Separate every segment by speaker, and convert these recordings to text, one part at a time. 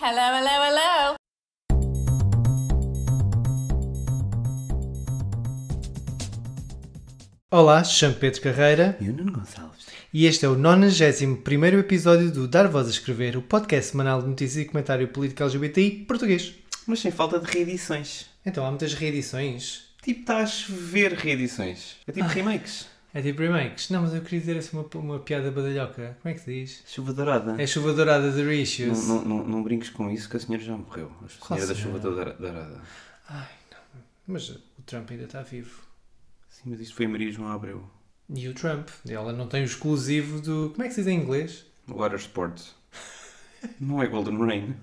Speaker 1: Hello, hello, hello!
Speaker 2: Olá, chamo Pedro Carreira
Speaker 3: E o Nuno Gonçalves.
Speaker 2: e este é o 91 episódio do Dar Voz a Escrever, o podcast semanal de notícias e comentário político LGBTI português.
Speaker 3: Mas sem falta de reedições.
Speaker 2: Então há muitas reedições.
Speaker 3: Tipo, está a chover reedições. É tipo remakes.
Speaker 2: É tipo remakes. Não, mas eu queria dizer assim uma, uma piada badalhoca. Como é que se diz?
Speaker 3: Chuva dourada.
Speaker 2: É chuva dourada de
Speaker 3: Não,
Speaker 2: Reissues.
Speaker 3: não, não, não brinques com isso que a senhora já morreu. A
Speaker 2: Qual
Speaker 3: senhora da chuva doura- dourada.
Speaker 2: Ai, não. Mas o Trump ainda está vivo.
Speaker 3: Sim, mas isto foi a Maria João Abreu.
Speaker 2: E o Trump? Ela não tem o exclusivo do. Como é que se diz em inglês?
Speaker 3: Water Sport. Não é Golden Rain.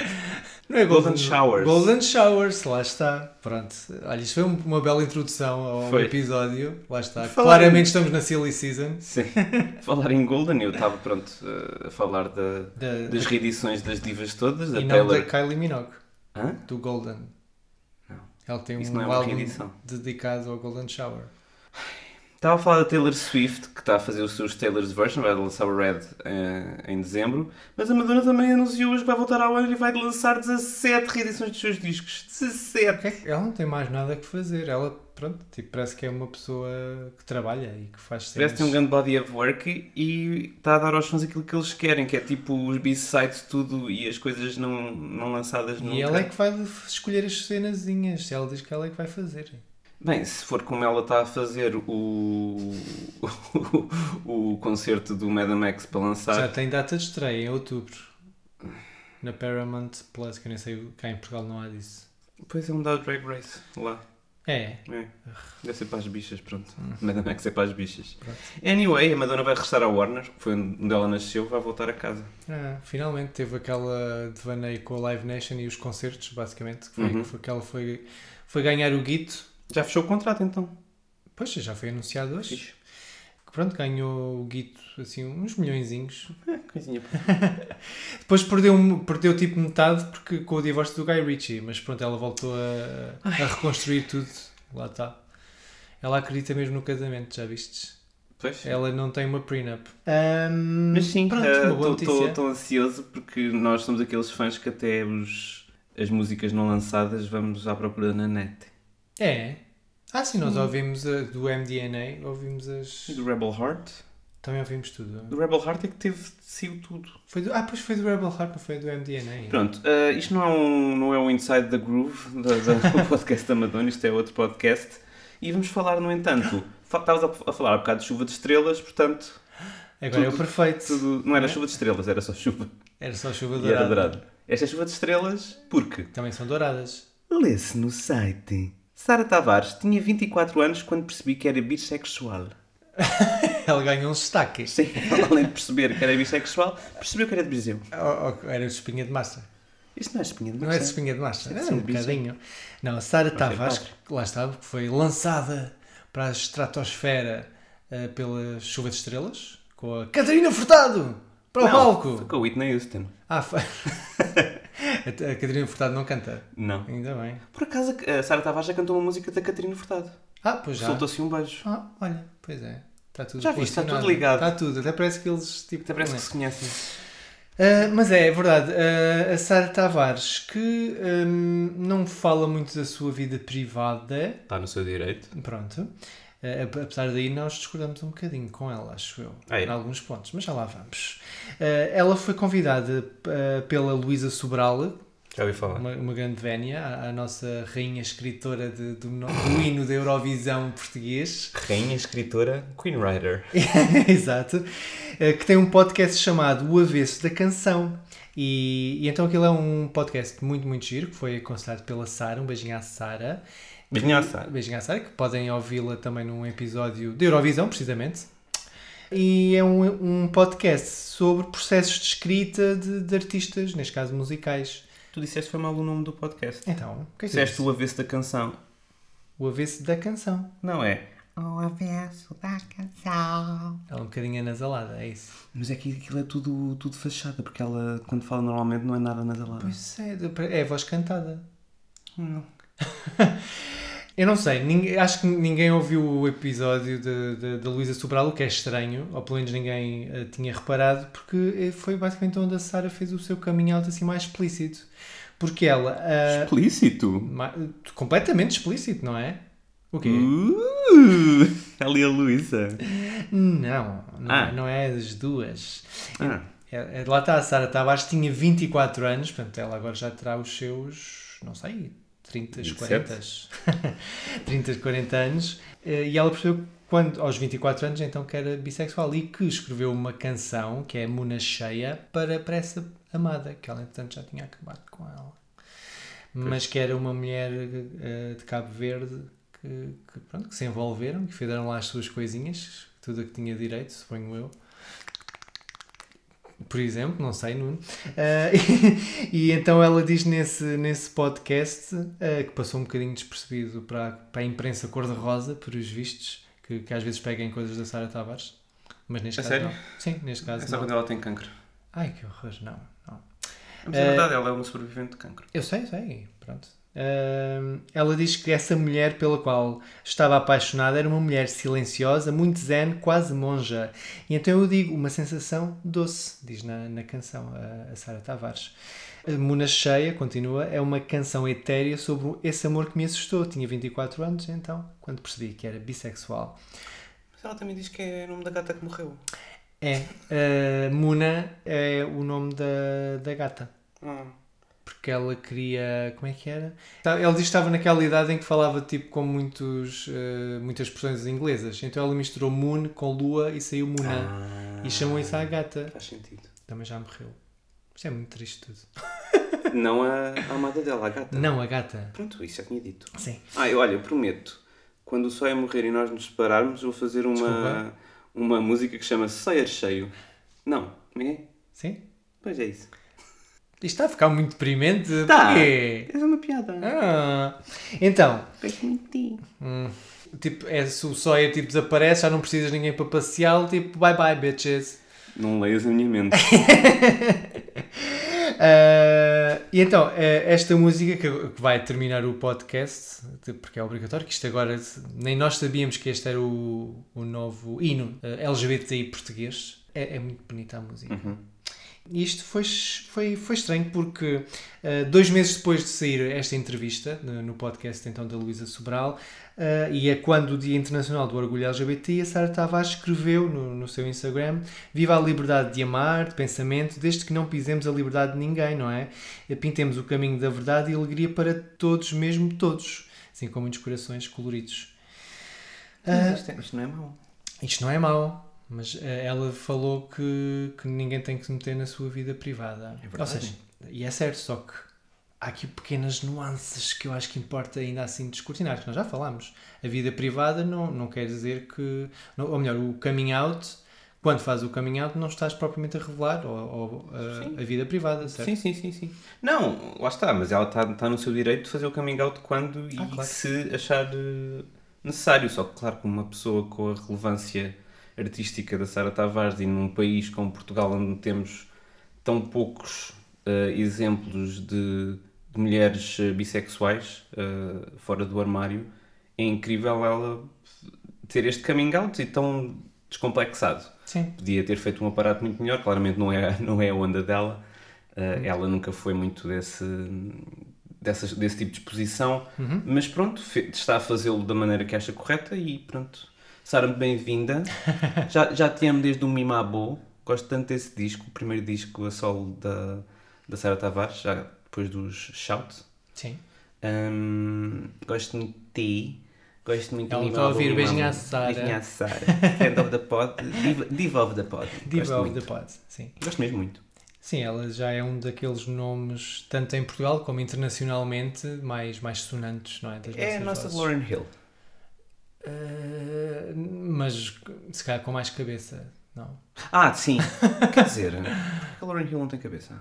Speaker 2: Não é
Speaker 3: Golden Showers.
Speaker 2: Golden Showers, lá está. Pronto. Olha, isto foi um- uma bela introdução ao
Speaker 3: Foi.
Speaker 2: episódio. Lá está.
Speaker 3: Falar
Speaker 2: Claramente estamos na Silly Season.
Speaker 3: Sim. falar em Golden, eu estava pronto eh, a falar da,
Speaker 2: Da-
Speaker 3: das reedições das divas todas, da
Speaker 2: e não
Speaker 3: Taylor.
Speaker 2: da Kylie Minogue,
Speaker 3: Hã?
Speaker 2: do Golden.
Speaker 3: Não.
Speaker 2: Ela tem
Speaker 3: Isso
Speaker 2: um
Speaker 3: não é uma
Speaker 2: álbum
Speaker 3: reedição.
Speaker 2: dedicado ao Golden Shower.
Speaker 3: Estava a falar da Taylor Swift, que está a fazer os seus Taylor's Version, vai lançar o Red eh, em dezembro, mas a Madonna também anunciou hoje que vai voltar ao ano e vai lançar 17 reedições dos seus discos. 17!
Speaker 2: é Ela não tem mais nada que fazer. Ela, pronto, tipo, parece que é uma pessoa que trabalha e que faz cenas.
Speaker 3: Parece que tem um grande body of work e está a dar aos fãs aquilo que eles querem, que é tipo os B-sides tudo e as coisas não, não lançadas nunca.
Speaker 2: E ela é que vai escolher as cenazinhas. Ela diz que ela é que vai fazer.
Speaker 3: Bem, se for como ela está a fazer o, o, concerto do Madame X para
Speaker 2: Já
Speaker 3: lançar,
Speaker 2: tem data de estreia em outubro. Na Paramount Plus, que eu nem sei, cá em Portugal não há disso.
Speaker 3: depois é um da Drag Race lá.
Speaker 2: É,
Speaker 3: É. Deve ser para as bichas, pronto. Madame X é para as bichas. Anyway, a Madonna vai regressar à Warner, que foi onde ela nasceu, vai voltar a casa.
Speaker 2: Ah, finalmente teve aquela devaneio com a Live Nation e os concertos, basicamente, que foi,
Speaker 3: Uhum.
Speaker 2: que foi que ela foi, foi ganhar o guito.
Speaker 3: Já fechou o contrato então.
Speaker 2: Poxa, já foi anunciado hoje.
Speaker 3: Fixe.
Speaker 2: Que Pronto, ganhou o guito, assim, uns milhõezinhos.
Speaker 3: É, Coisinha.
Speaker 2: Depois perdeu, perdeu tipo metade porque, com o divórcio do Guy Ritchie, mas pronto, ela voltou a, a reconstruir tudo. Lá está. Ela acredita mesmo no casamento, já vistes?
Speaker 3: Pois.
Speaker 2: Ela não tem uma prenup. Ah,
Speaker 3: Mas sim,
Speaker 2: pronto, uma boa notícia.
Speaker 3: estou ansioso porque nós somos aqueles fãs que até os, as músicas não lançadas vamos à procura na net.
Speaker 2: É. Ah, sim, nós ouvimos a, do MDNA, ouvimos as.
Speaker 3: Do Rebel Heart?
Speaker 2: Também ouvimos tudo.
Speaker 3: Do Rebel Heart é que teve, saiu tudo.
Speaker 2: Foi do... Ah, pois foi do Rebel Heart, não foi do MDNA.
Speaker 3: Pronto, eh, isto não é, um, não é um Inside the Groove da, da- do podcast da Madonna, isto é outro podcast. E vamos falar, no entanto, fa- estavas a, a falar há bocado de chuva de estrelas, portanto,
Speaker 2: Agora é o
Speaker 3: Tudo-
Speaker 2: perfeito.
Speaker 3: tudo, não era chuva de estrelas, era só chuva.
Speaker 2: Era só chuva
Speaker 3: E
Speaker 2: dourada.
Speaker 3: era É? dourado. Esta é chuva de estrelas porque,
Speaker 2: Também são douradas.
Speaker 3: lê-se no site, Sara Tavares tinha 24 anos quando percebi que era bissexual.
Speaker 2: Ela ganhou um destaque.
Speaker 3: Sim, ela, além de perceber que era bissexual, percebeu que era de Brasil.
Speaker 2: Oh, oh, Era de espinha de massa.
Speaker 3: Isto não é espinha de
Speaker 2: Não é de espinha de massa. Era
Speaker 3: sim,
Speaker 2: um
Speaker 3: bicho.
Speaker 2: bocadinho. Não, a Sara Tavares,
Speaker 3: padre.
Speaker 2: que lá estava, que foi lançada para a estratosfera eh, pela chuva de estrelas, com a Catarina Furtado para o palco.
Speaker 3: Com a Whitney Houston.
Speaker 2: Ah, foi. a Catarina Furtado não canta.
Speaker 3: Não.
Speaker 2: Ainda bem.
Speaker 3: Por acaso, a Sara Tavares já cantou uma música da Catarina Furtado.
Speaker 2: Ah, pois já.
Speaker 3: Soltou-se um beijo.
Speaker 2: Ah, olha, pois é. Está tudo
Speaker 3: Já viste, está tudo
Speaker 2: relacionado.
Speaker 3: ligado.
Speaker 2: Está tudo, até parece que eles tipo.
Speaker 3: Até parece
Speaker 2: não
Speaker 3: que
Speaker 2: é?
Speaker 3: se conhecem.
Speaker 2: Ah, mas é, é verdade. Ah, a Sara Tavares, que hum, não fala muito da sua vida privada,
Speaker 3: Está no seu direito.
Speaker 2: pronto. Ah, ap- apesar daí, nós discordamos um bocadinho com ela, acho eu,
Speaker 3: Ah, é?
Speaker 2: em alguns pontos, mas já lá vamos. Ah, ela foi convidada ah, pela Luísa Sobral,
Speaker 3: Já ouvi falar.
Speaker 2: uma, uma grande vénia, a, a nossa rainha escritora de- do, no- do hino da Eurovisão português.
Speaker 3: Rainha, escritora, Queen Rider.
Speaker 2: Exato. Eh, Que tem um podcast chamado O Avesso da Canção. E, e então aquilo é um podcast muito, muito giro, que foi aconselhado pela Sara. Um beijinho à Sara. Um
Speaker 3: Beijinho à Sara.
Speaker 2: Beijinho à Sara, que podem ouvi-la também num episódio de Eurovisão, precisamente. E é um, um podcast sobre processos de escrita de, de artistas, neste caso musicais.
Speaker 3: Tu disseste foi mal o nome do podcast.
Speaker 2: Então, o que é que é
Speaker 3: Disseste
Speaker 2: isso?
Speaker 3: o avesso da canção.
Speaker 2: O Avesso da Canção.
Speaker 3: Não é?
Speaker 4: o avesso da canção.
Speaker 2: Ela é um bocadinho anasalada, é isso.
Speaker 3: Mas é que aquilo é tudo, tudo fachada, porque ela, quando fala normalmente, não é nada nasalada.
Speaker 2: Pois é, é a voz cantada.
Speaker 3: Não.
Speaker 2: Eu não sei, ninguém- acho que ninguém ouviu o episódio de- de- da Luísa Sobral, o que é estranho, ou pelo menos ninguém eh, tinha reparado, porque eh, foi basicamente onde a Sara fez o seu caminho alto assim mais explícito. Porque ela. ah,
Speaker 3: É Explícito?
Speaker 2: ma- completamente explícito, não é? O quê?
Speaker 3: Hum. Uh, ali a Luísa.
Speaker 2: Não, não,
Speaker 3: Ah.
Speaker 2: é, não é as duas.
Speaker 3: Ah,
Speaker 2: É- é- lá está a Sara Tavares, tinha 24 anos, portanto ela agora já terá os seus, não sei, 30, 40. 30, 40 anos. Eh, E ela percebeu quando, aos 24 anos então que era bissexual e que escreveu uma canção, que é Muna Cheia, para, para essa amada, que ela entretanto já tinha acabado com ela. Mas que era uma mulher eh, de Cabo Verde que, que, pronto, que se envolveram, que fizeram lá as suas coisinhas, tudo a que tinha direito, suponho eu por exemplo, não sei, Nuno. Ah, e, então ela diz nesse, nesse podcast, ah, que passou um bocadinho despercebido para, a- para a imprensa cor-de-rosa, por os vistos, que, que às vezes pegam coisas da Sara Tavares. Mas neste
Speaker 3: A
Speaker 2: caso
Speaker 3: sério?
Speaker 2: não. Sim, neste
Speaker 3: é
Speaker 2: caso
Speaker 3: só
Speaker 2: não.
Speaker 3: quando ela tem cancro.
Speaker 2: Ai, que horror, não. não.
Speaker 3: Mas é
Speaker 2: Eh,
Speaker 3: verdade, ela é uma sobrevivente de cancro.
Speaker 2: Eu sei, sei, pronto. Ah, ela diz que essa mulher pela qual estava apaixonada era uma mulher silenciosa, muito zen, quase monja. E então eu digo, uma sensação doce, diz na, na canção a, a Sara Tavares. A Muna Cheia, continua, é uma canção etérea sobre esse amor que me assustou. Tinha 24 anos, então, quando percebi que era bissexual.
Speaker 3: Mas ela também diz que é o nome da gata que morreu.
Speaker 2: É, ah, Muna é o nome da, da gata.
Speaker 3: Ah.
Speaker 2: porque ela queria. Como é que era? Ela diz que estava naquela idade em que falava tipo com muitos, eh, muitas expressões inglesas. Então ela misturou moon com lua e saiu Muna.
Speaker 3: Ah.
Speaker 2: E chamou isso à gata.
Speaker 3: Faz sentido.
Speaker 2: Também já morreu. Isto é muito triste tudo.
Speaker 3: Não a, a amada dela, a gata.
Speaker 2: Não, a gata.
Speaker 3: Pronto, isso já tinha dito.
Speaker 2: Sim.
Speaker 3: Ah, eu, olha, eu prometo. Quando o Sawyer morrer e nós nos separarmos, eu vou fazer uma,
Speaker 2: Desculpa.
Speaker 3: uma música que chama Sawyer Cheio. Não, como é?
Speaker 2: Sim?
Speaker 3: Pois é isso.
Speaker 2: Isto está a ficar muito deprimente.
Speaker 3: Tá.
Speaker 2: Porquê?
Speaker 3: É uma piada.
Speaker 2: Ah. Então,
Speaker 3: Peixe muito de ti.
Speaker 2: tipo, é, se o Sawyer tipo, desaparece, já não precisas de ninguém para passeá-lo. Tipo, bye bye, bitches.
Speaker 3: Não leias a minha mente.
Speaker 2: Ah, e então, eh, esta música que que vai terminar o podcast, de- porque é obrigatório, que isto agora se- nem nós sabíamos que este era o, o novo hino eh, LGBTI português. É, é muito bonita a música. E Isto foi, foi, foi estranho porque eh, dois meses depois de sair esta entrevista no, no podcast então da Luísa Sobral eh, e é quando o Dia Internacional do Orgulho LGBT a Sara Tavares escreveu no, no seu Instagram Viva a liberdade de amar, de pensamento, desde que não pisemos a liberdade de ninguém, não é? Pintemos o caminho da verdade e alegria para todos, mesmo todos, assim com muitos corações coloridos.
Speaker 3: Isto, isto não é mau.
Speaker 2: Isto não é mau, mas eh, ela falou que, que ninguém tem que se meter na sua vida privada. É
Speaker 3: verdade.
Speaker 2: Ou seja, e é certo, só que há aqui pequenas nuances que eu acho que importa ainda assim descortinar, que nós já falámos. A vida privada não, não quer dizer que. não- ou melhor, o coming out, quando faz o coming out, não estás propriamente a revelar ou, ou, eh, a, a vida privada, certo?
Speaker 3: Sim, sim, sim, sim. Não, lá está, mas ela está no seu direito de fazer o coming out quando e
Speaker 2: Ah, claro.
Speaker 3: se achar eh, necessário. Só que, claro, que uma pessoa com a relevância artística da Sara Tavares e num país como Portugal, onde temos tão poucos eh, exemplos de, de mulheres eh, bissexuais eh, fora do armário, é incrível ela ter este coming out e tão descomplexado
Speaker 2: Sim.
Speaker 3: podia ter feito um aparato muito melhor, claramente não é, não é a onda dela. Uh, Ela nunca foi muito desse, dessas, desse tipo de exposição, mas pronto, fe- está a fazê-lo da maneira que acha correta e pronto. Sara, bem-vinda. já, já te amo desde o Mimabô. Gosto tanto desse disco, o primeiro disco a solo da, da Sara Tavares, já depois dos Shout.
Speaker 2: Sim.
Speaker 3: Hum, gosto muito de ti. Gosto muito
Speaker 2: Ela
Speaker 3: de
Speaker 2: está a ouvir. Beijinho à Sara.
Speaker 3: Sara. Beijinho à Sara. Friend of the pod. Diva, diva of the pod.
Speaker 2: Diva
Speaker 3: gosto
Speaker 2: of the
Speaker 3: muito.
Speaker 2: pod, sim.
Speaker 3: Gosto mesmo muito.
Speaker 2: Sim, ela já é um daqueles nomes, tanto em Portugal como internacionalmente, mais, mais sonantes, não é? Das
Speaker 3: É a
Speaker 2: nossas
Speaker 3: nossa
Speaker 2: vozes.
Speaker 3: Lauren Hill.
Speaker 2: Eh, mas se calhar com mais cabeça, não.
Speaker 3: Ah, sim. Quer dizer, a Lauren Hill não tem cabeça.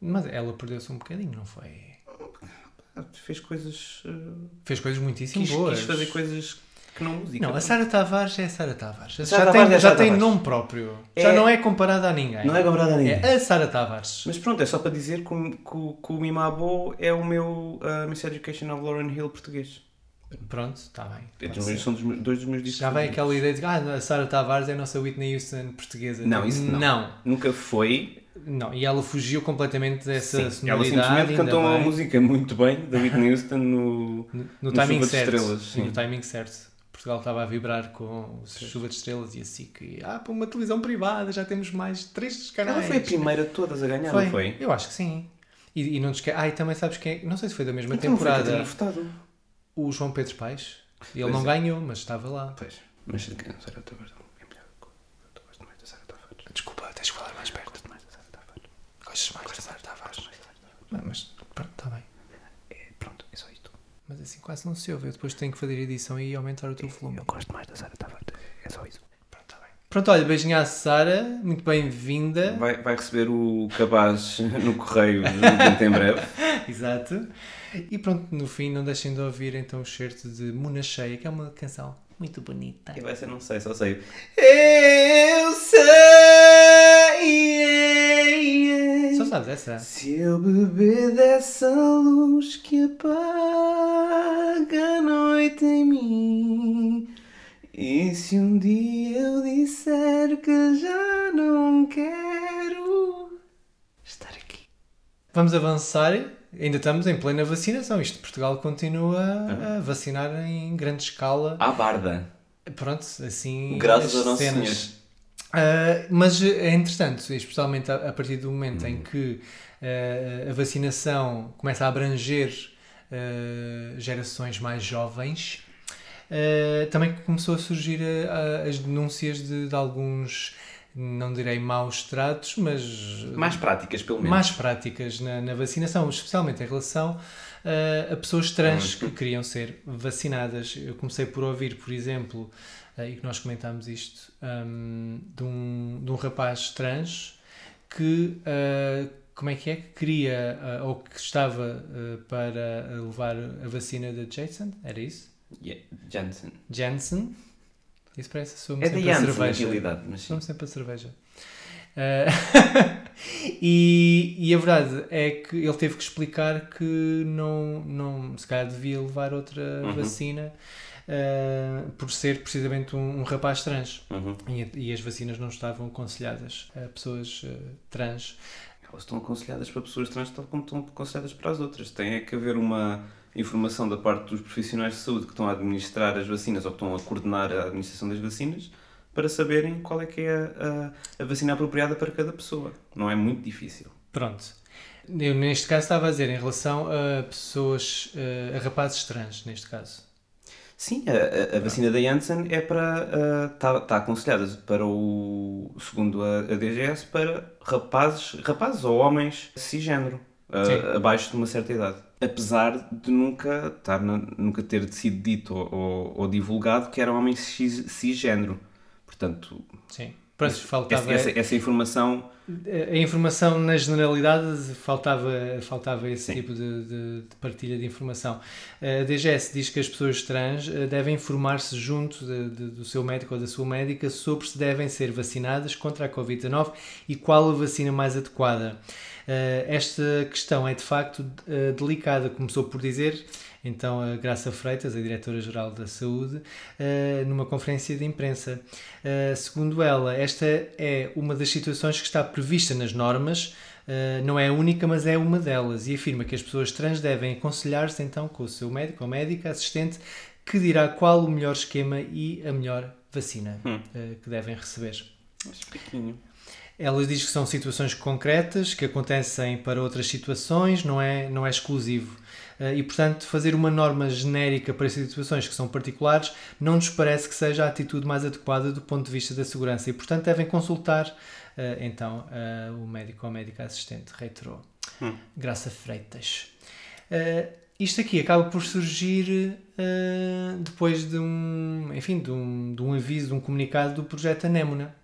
Speaker 2: Mas ela perdeu-se um bocadinho, não foi?
Speaker 3: Ah, Fez coisas. eh,
Speaker 2: Fez coisas muitíssimo
Speaker 3: quis,
Speaker 2: boas.
Speaker 3: quis fazer coisas que não música.
Speaker 2: Não, a Sara Tavares é a Sara Tavares. Já, tem,
Speaker 3: Sara Tavares é a
Speaker 2: já
Speaker 3: Sara
Speaker 2: tem
Speaker 3: Tavares.
Speaker 2: nome próprio.
Speaker 3: É-
Speaker 2: Já não é comparada a ninguém.
Speaker 3: Não é comparada a ninguém.
Speaker 2: É a Sara Tavares.
Speaker 3: Mas pronto, é só para dizer que o, que o- que o Mimabo é o meu ah, Miss Education of Lauren Hill português.
Speaker 2: Pronto, está bem.
Speaker 3: É
Speaker 2: Pode
Speaker 3: dos
Speaker 2: ser.
Speaker 3: meus- são dos meus- dois dos meus discos.
Speaker 2: Já vem
Speaker 3: favoritos.
Speaker 2: aquela ideia de que ah, a Sara Tavares é a nossa Whitney Houston portuguesa.
Speaker 3: Não, isso não.
Speaker 2: Não,
Speaker 3: Nunca foi.
Speaker 2: não. E ela fugiu completamente dessa
Speaker 3: Sim, ela
Speaker 2: sonoridade.
Speaker 3: simplesmente
Speaker 2: ainda
Speaker 3: cantou uma
Speaker 2: bem.
Speaker 3: música muito bem da Whitney Houston no.
Speaker 2: No,
Speaker 3: no
Speaker 2: timing
Speaker 3: Chuva de
Speaker 2: certo.
Speaker 3: Estrelas,
Speaker 2: e
Speaker 3: sim.
Speaker 2: no timing certo. Portugal estava a vibrar com o Chuva de Estrelas e assim que, ah, para uma televisão privada já temos mais três canais.
Speaker 3: Ela foi a primeira de todas a ganhar,
Speaker 2: Foi.
Speaker 3: não foi?
Speaker 2: Eu acho que sim. E, e não te esque... Ah, e também sabes quem é? Não sei se foi da mesma
Speaker 3: Então foi
Speaker 2: temporada.
Speaker 3: Catarina Furtado.
Speaker 2: O João Pedro Paes. Ele
Speaker 3: Pois
Speaker 2: não
Speaker 3: é.
Speaker 2: ganhou, mas estava lá.
Speaker 3: Pois, mas a Sara Tavares é melhor. Eu gosto mais da Sara Tavares.
Speaker 2: Desculpa, tens que falar mais perto.
Speaker 3: Gosto mais da Sara Tavares.
Speaker 2: Gostas mais de Sara Tavares? Não, Mas pronto, está bem.
Speaker 3: É, pronto, é só isto.
Speaker 2: Mas assim quase não se ouve. Eu depois tenho que fazer edição e aumentar o teu volume.
Speaker 3: É, Eu gosto mais da Sara Tavares. É só isso.
Speaker 2: Pronto, está bem. Pronto, olha, beijinho à Sara. Muito bem-vinda.
Speaker 3: Vai, vai receber o cabaz no correio muito em breve.
Speaker 2: Exato. E pronto, no fim, não deixem de ouvir então o certo de Muna Cheia, que é uma canção muito bonita.
Speaker 3: E vai ser, não sei, só sei. Eu sei.
Speaker 2: Só sabes essa?
Speaker 3: Se eu beber dessa luz que apaga a noite em mim, e se um dia eu disser que já não quero estar aqui.
Speaker 2: Vamos avançar. Ainda estamos em plena vacinação. Isto Portugal continua a vacinar em grande escala.
Speaker 3: À barda.
Speaker 2: Pronto, assim.
Speaker 3: Graças
Speaker 2: as
Speaker 3: ao nosso
Speaker 2: cenas.
Speaker 3: Senhor.
Speaker 2: Ah, mas, eh, entretanto, especialmente a, a partir do momento
Speaker 3: Uhum.
Speaker 2: em que eh, a vacinação começa a abranger eh, gerações mais jovens, eh, também começou a surgir eh, a- as denúncias de, de alguns, não direi maus tratos, mas
Speaker 3: Mais práticas, pelo menos.
Speaker 2: mais práticas na, na vacinação, especialmente em relação ah, a pessoas trans que queriam ser vacinadas. Eu comecei por ouvir, por exemplo, ah, e que nós comentámos isto, hum, de, um, de um rapaz trans que, ah, como é que é, que queria ah, ou que estava ah, para levar a vacina da Jason, era isso?
Speaker 3: Yeah, Jansen.
Speaker 2: Janssen? Isso parece a sua
Speaker 3: É da Janssen, na realidade, mas sim.
Speaker 2: Vamos sempre a cerveja. Ah, e, e a verdade é que ele teve que explicar que não, não se calhar devia levar outra vacina ah, por ser precisamente um, um rapaz trans.
Speaker 3: Uhum.
Speaker 2: E, e as vacinas não estavam aconselhadas a pessoas ah, trans.
Speaker 3: Elas estão aconselhadas para pessoas trans tal como estão aconselhadas para as outras. Tem é que haver uma informação da parte dos profissionais de saúde que estão a administrar as vacinas ou que estão a coordenar a administração das vacinas para saberem qual é que é a, a- a vacina apropriada para cada pessoa. Não é muito difícil.
Speaker 2: Pronto. Eu, neste caso, estava a dizer em relação a pessoas, ah, a rapazes trans, neste caso.
Speaker 3: Sim, a- a, a vacina da Janssen é para está aconselhada para o segundo a, a DGS para rapazes, rapazes ou homens cisgênero ah,
Speaker 2: Sim.
Speaker 3: abaixo de uma certa idade. Apesar de nunca estar na- nunca ter sido dito ou, ou- ou divulgado que era homem cis- cisgênero. Portanto,
Speaker 2: Sim. Pronto,
Speaker 3: essa,
Speaker 2: faltava...
Speaker 3: essa- essa informação
Speaker 2: A informação, na generalidade, faltava, faltava esse
Speaker 3: Sim.
Speaker 2: tipo de, de- de partilha de informação. A DGS diz que as pessoas trans eh, devem informar-se junto de- de- do seu médico ou da sua médica sobre se devem ser vacinadas contra a Covid-19 e qual a vacina mais adequada. Eh, Esta questão é de facto eh, delicada, começou por dizer então a Graça Freitas, a diretora-geral da Saúde, eh, numa conferência de imprensa. Eh, Segundo ela, esta é uma das situações que está prevista nas normas, eh, não é a única, mas é uma delas, e afirma que as pessoas trans devem aconselhar-se então com o seu médico ou médica assistente que dirá qual o melhor esquema e a melhor vacina eh, que devem receber.
Speaker 3: Mas pequinho.
Speaker 2: Ela diz que são situações concretas que acontecem para outras situações, não é, não é exclusivo. Eh, E, portanto, fazer uma norma genérica para situações que são particulares não nos parece que seja a atitude mais adequada do ponto de vista da segurança e, portanto, devem consultar eh, então eh, o médico ou médica assistente, reiterou. Graça Freitas. Eh, isto aqui acaba por surgir eh, depois de um, enfim, de um, de um aviso, de um comunicado do projeto Anémona.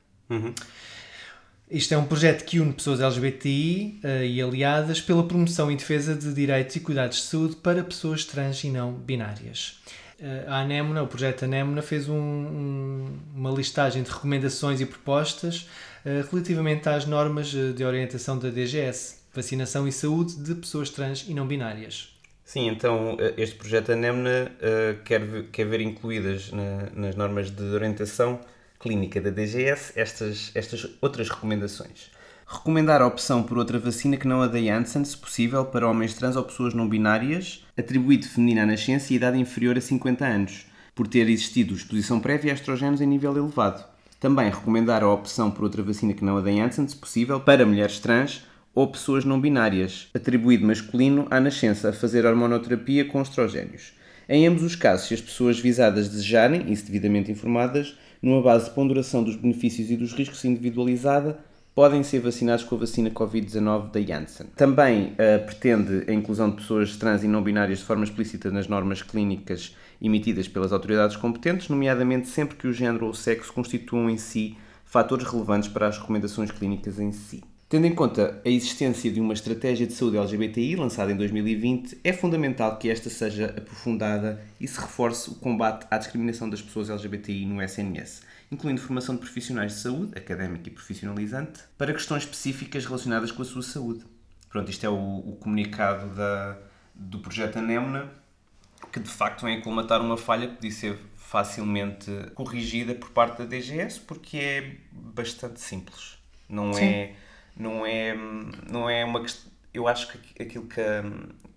Speaker 2: Isto é um projeto que une pessoas LGBTI eh, e aliadas pela promoção e defesa de direitos e cuidados de saúde para pessoas trans e não binárias. Eh, A Anémona, o projeto Anémona, fez um- um- uma listagem de recomendações e propostas eh, relativamente às normas eh, de orientação da DGS, vacinação e saúde de pessoas trans e não binárias.
Speaker 3: Sim, então eh, este projeto Anemna eh, quer, ve- quer ver incluídas na- nas normas de orientação clínica da DGS estas, estas outras recomendações. Recomendar a opção por outra vacina que não a da Janssen, se possível, para homens trans ou pessoas não binárias, atribuído feminino à nascença e idade inferior a 50 anos, por ter existido exposição prévia a estrogénios em nível elevado. Também recomendar a opção por outra vacina que não a da Janssen, se possível, para mulheres trans ou pessoas não binárias, atribuído masculino à nascença a fazer hormonoterapia com estrogénios. Em ambos os casos, se as pessoas visadas desejarem, e se devidamente informadas, numa base de ponderação dos benefícios e dos riscos individualizada, podem ser vacinados com a vacina Covid-19 da Janssen. Também eh, pretende a inclusão de pessoas trans e não binárias de forma explícita nas normas clínicas emitidas pelas autoridades competentes, nomeadamente sempre que o género ou o sexo constituam em si fatores relevantes para as recomendações clínicas em si. Tendo em conta a existência de uma estratégia de saúde LGBTI lançada em 2020, é fundamental que esta seja aprofundada e se reforce o combate à discriminação das pessoas LGBTI no SNS, incluindo formação de profissionais de saúde, académica e profissionalizante, para questões específicas relacionadas com a sua saúde. Pronto, isto é o, o comunicado da- do projeto Anémona que de facto vem a colmatar uma falha que podia ser facilmente corrigida por parte da DGS, porque é bastante simples. Não é não é não é uma questão eu acho que aqu- aquilo que a,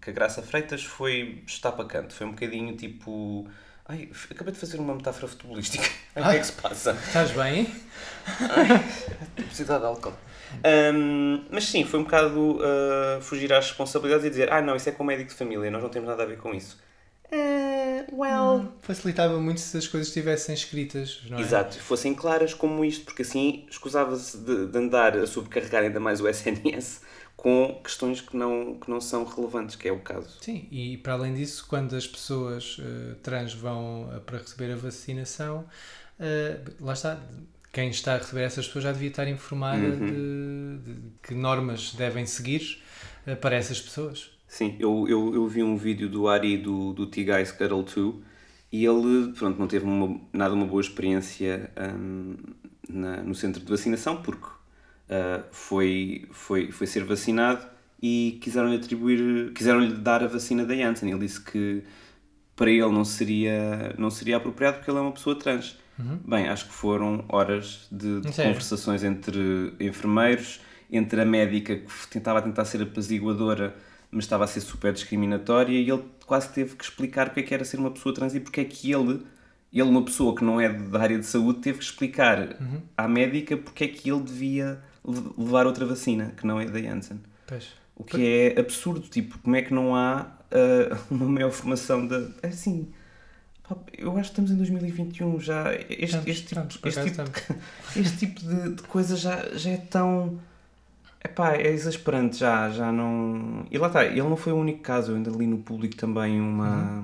Speaker 3: que a Graça Freitas foi estapacante, foi um bocadinho tipo Ai, f- acabei de fazer uma metáfora futebolística. Ai, o que é que se passa?
Speaker 2: Estás bem?
Speaker 3: Necessidade de álcool. Ahm, mas sim, foi um bocado ah, fugir às responsabilidades e dizer: Ah, não, isso é com o médico de família, nós não temos nada a ver com isso. Ah, well,
Speaker 2: Facilitava muito se as coisas estivessem escritas, não é?
Speaker 3: Exato, fossem claras como isto, porque assim escusava-se de, de andar a sobrecarregar ainda mais o SNS com questões que não, que não são relevantes, que é o caso.
Speaker 2: Sim, e para além disso, quando as pessoas eh, trans vão eh, para receber a vacinação, eh, lá está, quem está a receber essas pessoas já devia estar informada de, de que normas devem seguir eh, para essas pessoas.
Speaker 3: Sim, eu, eu, eu vi um vídeo do Ari do, do T-Guy Scuttle 2 e ele, pronto, não teve uma- nada uma boa experiência hum, na- no centro de vacinação porque ah, foi, foi, foi ser vacinado e quiseram-lhe atribuir, quiseram-lhe dar a vacina da Janssen. Ele disse que para ele não seria, não seria apropriado porque ele é uma pessoa trans. Bem, acho que foram horas de, de
Speaker 2: Sério?
Speaker 3: conversações entre enfermeiros, entre a médica que f- tentava tentar ser apaziguadora, mas estava a ser super discriminatória, e ele quase teve que explicar o que é que era ser uma pessoa trans e porque é que ele, ele uma pessoa que não é da área de saúde, teve que explicar à médica porque é que ele devia le- levar outra vacina, que não é da Janssen.
Speaker 2: Pois.
Speaker 3: O que é absurdo, tipo, como é que não há ah, uma maior formação da. Assim. pá, Eu acho que estamos em 2021 já. Este,
Speaker 2: Estamos,
Speaker 3: este tipo,
Speaker 2: estamos, por
Speaker 3: este
Speaker 2: acaso
Speaker 3: tipo, de, este tipo de, de coisa já, já é tão. Epá, é exasperante já, já não. E lá está, ele não foi o único caso. Eu ainda li no público também uma,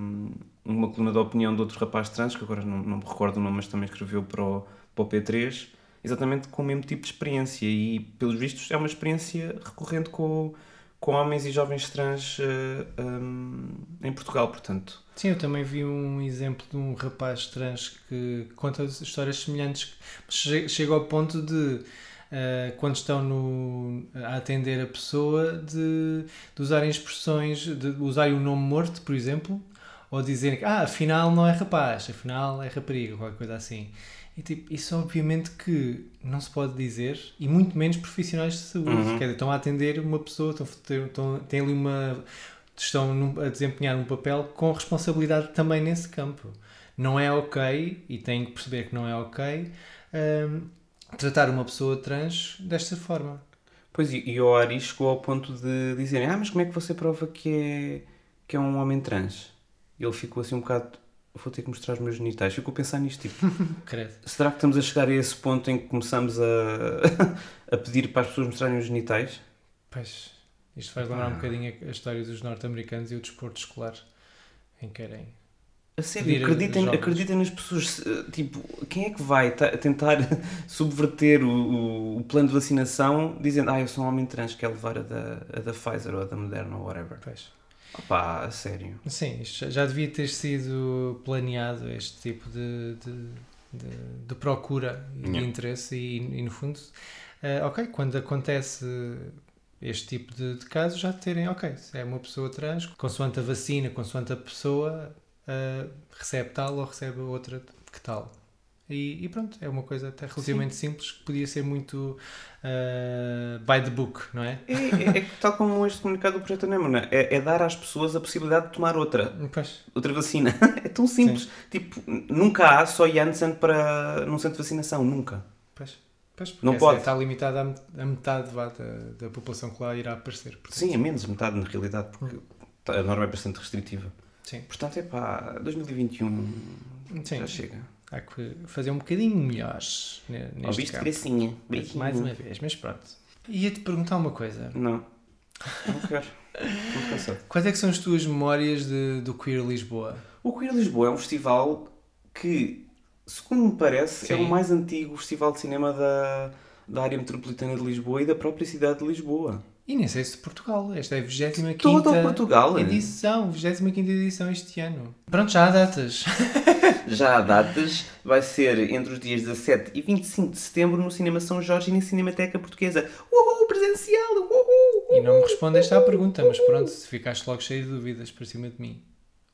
Speaker 3: uma coluna de opinião de outro rapaz trans, que agora não, não me recordo o nome, mas também escreveu para o, para o P3, exatamente com o mesmo tipo de experiência. E, pelos vistos, é uma experiência recorrente com, com homens e jovens trans eh, hum, em Portugal, portanto.
Speaker 2: Sim, eu também vi um exemplo de um rapaz trans que conta histórias semelhantes. Che- Chega ao ponto de, eh, quando estão no, a atender a pessoa, de, de usarem expressões, de usarem o nome morto, por exemplo, ou dizerem que, ah, afinal não é rapaz, afinal é rapariga, qualquer coisa assim. E tipo, isso obviamente que não se pode dizer, e muito menos profissionais de saúde. Quer dizer, estão a atender uma pessoa, estão, a ter- estão, têm ali uma. estão num- a desempenhar um papel com responsabilidade também nesse campo. Não é ok, e têm que perceber que não é ok, hum, tratar uma pessoa trans desta forma.
Speaker 3: Pois, e, e o Ari chegou ao ponto de dizerem: Ah, mas como é que você prova que é, que é um homem trans? E ele ficou assim um bocado: Vou ter que mostrar os meus genitais. Ficou a pensar nisto, tipo.
Speaker 2: Credo.
Speaker 3: Será que estamos a chegar a esse ponto em que começamos a, a pedir para as pessoas mostrarem os genitais?
Speaker 2: Pois, isto faz lembrar um bocadinho a- a história dos norte-americanos e o desporto escolar, em que querem.
Speaker 3: A sério,
Speaker 2: Pedir a-
Speaker 3: Tipo, acreditem,
Speaker 2: jovens.
Speaker 3: acreditem nas pessoas. eh, Tipo, quem é que vai ta- tentar subverter o- o, o plano de vacinação dizendo, ah, eu sou um homem trans, quer levar a da, a da Pfizer ou a da Moderna ou whatever?
Speaker 2: Pois.
Speaker 3: Pá, a sério.
Speaker 2: Sim, isto já- já devia ter sido planeado este tipo de, de, de- de procura e de
Speaker 3: Yeah.
Speaker 2: interesse e, e, no fundo, eh, ok, quando acontece este tipo de, de casos já terem, ok, se é uma pessoa trans, consoante a vacina, consoante a pessoa, eh, recebe tal ou recebe outra que tal. E, e pronto, é uma coisa até relativamente simples que podia ser muito eh, by the book, não é?
Speaker 3: É, é- é que tal como este comunicado do Projeto Anémona, é, é dar às pessoas a possibilidade de tomar outra,
Speaker 2: Pois,
Speaker 3: outra vacina. É tão simples. Tipo, n- nunca há só Janssen para num centro de vacinação, nunca.
Speaker 2: Pois, pois porque
Speaker 3: Não
Speaker 2: essa é,
Speaker 3: pode.
Speaker 2: está limitada à met- à metade vá, da, da população que lá irá aparecer. portanto.
Speaker 3: Sim, é menos de metade na realidade, porque a norma é bastante restritiva.
Speaker 2: Sim.
Speaker 3: Portanto, é pá, 2021
Speaker 2: Sim.
Speaker 3: já chega.
Speaker 2: Há que fazer um bocadinho melhor ne- neste
Speaker 3: Ouviste,
Speaker 2: campo.
Speaker 3: gracinha? Beijinho.
Speaker 2: Mais um. uma vez, mas pronto. Ia-te perguntar uma coisa.
Speaker 3: Não. Não quero. Estou cansado.
Speaker 2: Quais é que são as tuas memórias de, do Queer Lisboa?
Speaker 3: O Queer Lisboa é um festival que, segundo me parece, é
Speaker 2: Sim.
Speaker 3: o mais antigo festival de cinema da, da área metropolitana de Lisboa e da própria cidade de Lisboa.
Speaker 2: E nem sei se de Portugal. Esta é a 25
Speaker 3: Todo o Portugal. é?
Speaker 2: edição. 25 edição este ano. Pronto, já há datas.
Speaker 3: Já há datas, vai ser entre os dias 17 e 25 de setembro no Cinema São Jorge e na Cinemateca Portuguesa. Uhul, presencial! Uhul!
Speaker 2: E não me respondeste à pergunta, mas pronto, se ficaste logo cheio de dúvidas para cima de mim.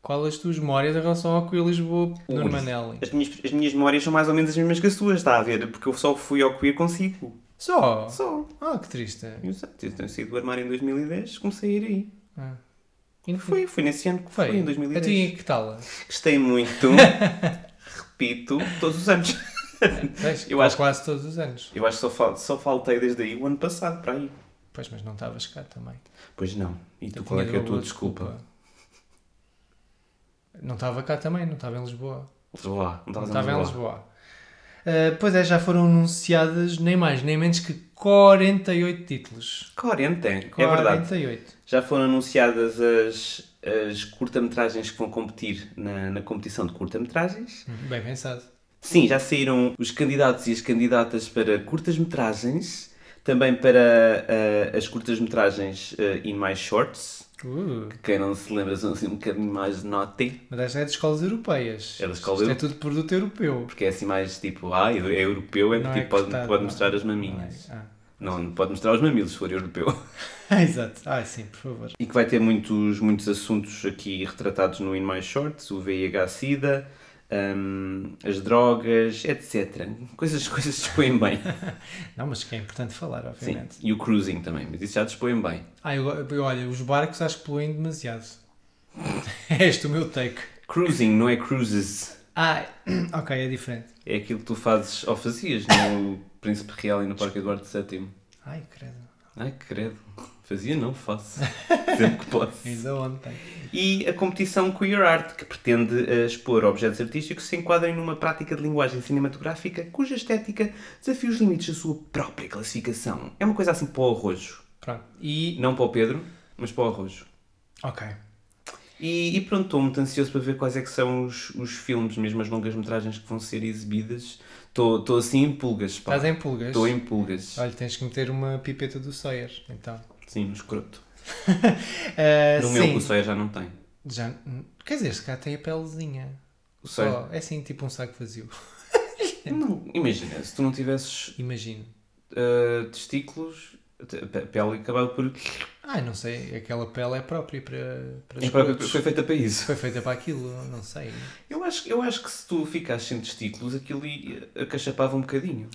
Speaker 2: Qual as tuas memórias em relação ao Queer Lisboa no
Speaker 3: Ui.
Speaker 2: Manelli?
Speaker 3: As minhas, as minhas memórias são mais ou menos as mesmas que as suas, está a ver? Porque eu só fui ao Queer consigo.
Speaker 2: Só?
Speaker 3: Só.
Speaker 2: Ah, que triste.
Speaker 3: Eu sei, eu tenho saído do armário em 2010, comecei a ir aí.
Speaker 2: Ah.
Speaker 3: Foi, foi nesse ano que foi,
Speaker 2: Foi.
Speaker 3: em
Speaker 2: A
Speaker 3: 2010.
Speaker 2: ti, Então, que tal?
Speaker 3: Gostei muito. Repito, todos os anos.
Speaker 2: Vês?
Speaker 3: Eu
Speaker 2: Qual
Speaker 3: acho que-
Speaker 2: quase todos os anos.
Speaker 3: Eu acho que só, fal- só faltei desde aí o ano passado para aí.
Speaker 2: Pois, mas não estavas cá também.
Speaker 3: Pois não. E tu,
Speaker 2: Eu
Speaker 3: qual é
Speaker 2: tinha
Speaker 3: que é a
Speaker 2: dado
Speaker 3: tua
Speaker 2: uma
Speaker 3: desculpa?
Speaker 2: Não estava cá também, não estava em Lisboa.
Speaker 3: Estou lá, não
Speaker 2: Não
Speaker 3: estavas
Speaker 2: estava
Speaker 3: a
Speaker 2: em
Speaker 3: Lisboa.
Speaker 2: Lisboa. Ah, pois é, já foram anunciadas nem mais nem menos que 48 títulos.
Speaker 3: 40, é verdade.
Speaker 2: 48.
Speaker 3: Já foram anunciadas as, as curta-metragens que vão competir na, na competição de curta-metragens.
Speaker 2: Bem pensado.
Speaker 3: Sim, já saíram os candidatos e as candidatas para curtas-metragens. Também para ah, as curtas-metragens ah, in my shorts.
Speaker 2: Uh,
Speaker 3: Quem não se lembra são assim um bocadinho mais naughty,
Speaker 2: mas esta é de escolas europeias.
Speaker 3: É de escola
Speaker 2: Isto é
Speaker 3: europe-
Speaker 2: tudo produto europeu.
Speaker 3: porque é assim mais tipo, ah, é europeu, é
Speaker 2: Não
Speaker 3: porque
Speaker 2: é
Speaker 3: pode,
Speaker 2: cortado,
Speaker 3: pode
Speaker 2: não.
Speaker 3: mostrar as
Speaker 2: Não é?
Speaker 3: maminhas.
Speaker 2: Ah.
Speaker 3: Não, não pode mostrar os mamilos se for europeu.
Speaker 2: Ah, exato. Ah, sim, por favor.
Speaker 3: E que vai ter muitos, muitos assuntos aqui retratados no In My Shorts, o VIH-Sida, hum, as drogas, etc. Coisas, coisas que dispõem bem.
Speaker 2: Não, mas que é importante falar,
Speaker 3: Sim.
Speaker 2: obviamente.
Speaker 3: E o cruising também, mas isso já dispõem bem.
Speaker 2: Ah, eu, eu- olha, os barcos acho que poluem demasiado. é este o meu take.
Speaker 3: Cruising não é cruises.
Speaker 2: Ah, ok, é diferente.
Speaker 3: É aquilo que tu fazes, ou fazias, no Príncipe Real e no Parque Eduardo VII.
Speaker 2: Ai, credo.
Speaker 3: Ai, credo. Fazia não, faço. Sempre que posso.
Speaker 2: Ainda ontem.
Speaker 3: E a competição Queer Art, que pretende eh, expor objetos artísticos que se enquadrem numa prática de linguagem cinematográfica cuja estética desafia os limites da sua própria classificação. É uma coisa assim para o arrojo.
Speaker 2: Pronto. E.
Speaker 3: Não para o Pedro, mas para o arrojo.
Speaker 2: Ok.
Speaker 3: E, e pronto, estou muito ansioso para ver quais é que são os, os filmes, mesmo as longas-metragens que vão ser exibidas. Estou estou assim em pulgas, pá.
Speaker 2: Estás em pulgas?
Speaker 3: Estou em pulgas.
Speaker 2: Olha, tens que meter uma pipeta do Sawyer, então.
Speaker 3: Sim, no escroto.
Speaker 2: Ah,
Speaker 3: No meu, que
Speaker 2: sim.
Speaker 3: o Sawyer já não tem.
Speaker 2: Já, hum, quer dizer, se cá tem a pelezinha.
Speaker 3: O Sawyer...
Speaker 2: Só, é assim, tipo um saco vazio.
Speaker 3: Não, imagina, se tu não tivesses
Speaker 2: Imagino.
Speaker 3: Uh, testículos, te- pe- pele acabava por.
Speaker 2: Ah, não sei, aquela pele é própria para, para
Speaker 3: É própria-
Speaker 2: escrotos.
Speaker 3: foi feita para isso.
Speaker 2: Foi feita para aquilo, não sei.
Speaker 3: Eu acho, eu acho que se tu ficasses sem testículos, aquilo ia- acachapava um bocadinho.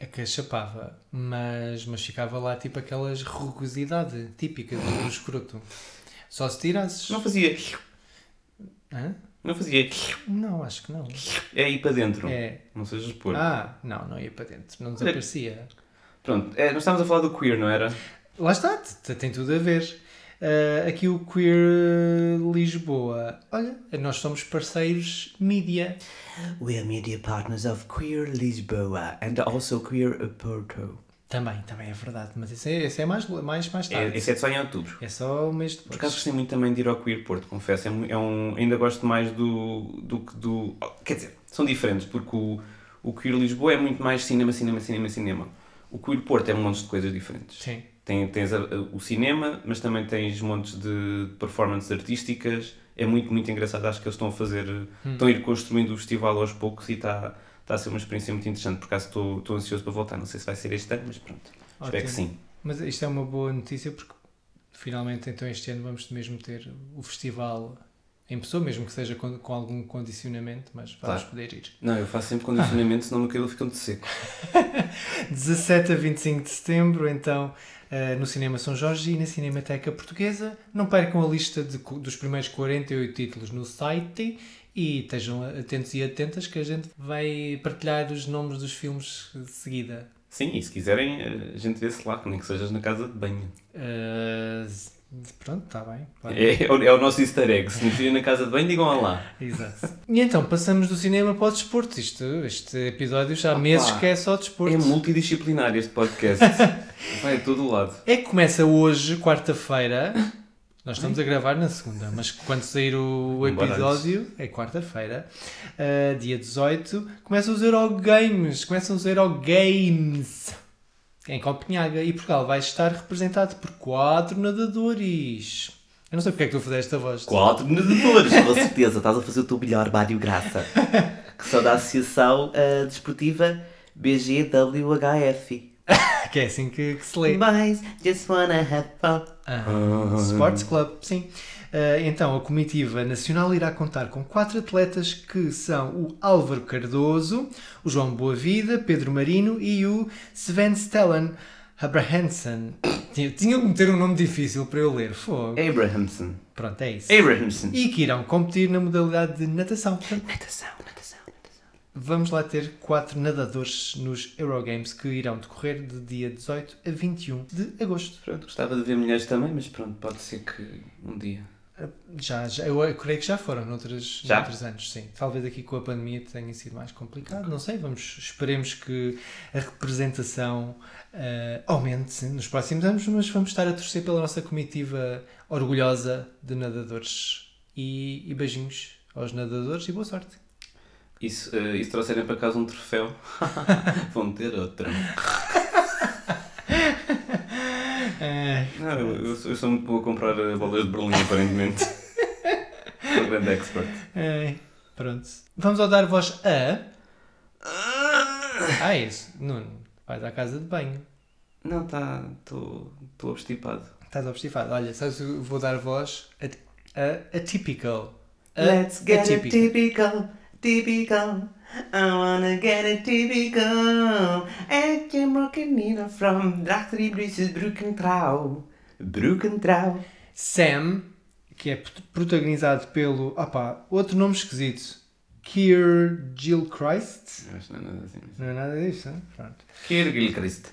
Speaker 2: A É que chapava, mas, mas ficava lá tipo aquelas rugosidade típica do escroto. Só se tirasses.
Speaker 3: Não fazia.
Speaker 2: Hã?
Speaker 3: Não fazia.
Speaker 2: Não, acho que não.
Speaker 3: É ir para dentro.
Speaker 2: É.
Speaker 3: Não sejas porco.
Speaker 2: Ah, não, não ia para dentro, não desaparecia.
Speaker 3: Pronto, é, nós estávamos a falar do queer, não era?
Speaker 2: Lá está, t- t- tem tudo a ver. Ah, aqui o Queer Lisboa. Olha, nós somos parceiros mídia.
Speaker 5: We are media partners of Queer Lisboa and also Queer Porto.
Speaker 2: Também, também é verdade, mas esse é, esse é mais, mais, mais
Speaker 3: É,
Speaker 2: tarde.
Speaker 3: esse é só em outubro.
Speaker 2: É só o mês depois.
Speaker 3: Por acaso gostei muito também de ir ao Queer Porto, confesso. É mu- é um, ainda gosto mais do, do que do. oh, Quer dizer, são diferentes, porque o, o Queer Lisboa é muito mais cinema, cinema, cinema, cinema. O Queer Porto é um monte de coisas diferentes.
Speaker 2: Sim.
Speaker 3: Tem, tens a- a- o cinema, mas também tens montes de performances artísticas. É muito, muito engraçado. Acho que eles estão a fazer,
Speaker 2: Hum.
Speaker 3: estão a ir construindo o festival aos poucos e está está a ser uma experiência muito interessante. Por acaso estou, estou ansioso para voltar. Não sei se vai ser este ano, mas pronto. Espero
Speaker 2: Ótimo.
Speaker 3: que sim.
Speaker 2: Mas isto é uma boa notícia porque finalmente então este ano vamos mesmo ter o festival em pessoa, mesmo que seja com, com algum condicionamento, mas vamos
Speaker 3: Claro.
Speaker 2: poder ir.
Speaker 3: Não, eu faço sempre condicionamento, senão o meu cabelo fica muito seco.
Speaker 2: 17 a 25 de setembro, então, eh, no Cinema São Jorge e na Cinemateca Portuguesa. Não percam a lista de cu- dos primeiros 48 títulos no site e estejam atentos e atentas que a gente vai partilhar os nomes dos filmes de seguida.
Speaker 3: Sim, e se quiserem, eh, a gente vê-se lá, que nem que sejas na casa de banho.
Speaker 2: Eh, s- pronto, está bem. claro.
Speaker 3: É, é o, é o nosso easter egg. Se nos virem na casa de banho, digam lá.
Speaker 2: Exato. E então, passamos do cinema para o desporto. Isto, este episódio já há meses que é só desporto.
Speaker 3: É multidisciplinar este podcast. Vai a todo lado.
Speaker 2: É que começa hoje, quarta-feira. Nós estamos a gravar na segunda, mas quando sair o
Speaker 3: Embora
Speaker 2: episódio, é quarta-feira, ah, dia 18, começam os Eurogames. Começam os Eurogames em Copenhaga. E Portugal vai estar representado por quatro nadadores. Eu não sei porque é que tu fizeste esta voz.
Speaker 5: Quatro nadadores, com certeza. Estás a fazer o teu melhor, Mário Graça. Que são da Associação ah, Desportiva BGWHF.
Speaker 2: Que é assim que, que se lê.
Speaker 5: Boys, just wanna have fun.
Speaker 2: Ah, Sports Club, sim. Ah, então, a comitiva nacional irá contar com quatro atletas que são o Álvaro Cardoso, o João Boavida, Pedro Marino e o Sven Stellan Abrahamsen. Tinha, tinha que meter um nome difícil para eu ler. É- Fogo.
Speaker 5: Abrahamson.
Speaker 2: Pronto, é isso.
Speaker 5: Abrahamson.
Speaker 2: E que irão competir na modalidade de natação. Portanto,
Speaker 5: Natação, natação, natação.
Speaker 2: Vamos lá ter quatro nadadores nos Eurogames que irão decorrer de dia 18 a 21 de agosto.
Speaker 3: Pronto, gostava de ver mulheres também, mas pronto, pode ser que um dia.
Speaker 2: Já, já, eu creio que já foram noutros,
Speaker 3: Já?
Speaker 2: noutros anos, sim. Talvez aqui com a pandemia tenha sido mais complicado, não sei, vamos, esperemos que a representação eh, aumente nos próximos anos, mas vamos estar a torcer pela nossa comitiva orgulhosa de nadadores. E, e beijinhos aos nadadores e boa sorte.
Speaker 3: Isso, eh, e se trouxerem para casa um troféu, vão ter outra. Não, eu, eu sou- eu sou muito bom a comprar eh, bolas de Berlim, aparentemente. sou grande expert.
Speaker 2: Ai, pronto. Vamos ao dar voz a... Ah, isso. Nuno, vais à casa de banho.
Speaker 3: Não, tá. Estou obstipado.
Speaker 2: Estás obstinado. Olha, sabes, eu vou dar voz a, a, a typical.
Speaker 3: É,
Speaker 2: A-
Speaker 5: Let's get it
Speaker 2: atípica.
Speaker 5: typical, typical. I wanna get it typical. É I can rock a Nina from Drachtriebruces Brukentrau. Brukentrau.
Speaker 2: Sam, que é prot- protagonizado pelo. Opá, outro nome esquisito. Keir Gilchrist.
Speaker 3: Eu acho que não é nada assim.
Speaker 2: Não é nada disso, hein? pronto.
Speaker 3: Kirgil Christ.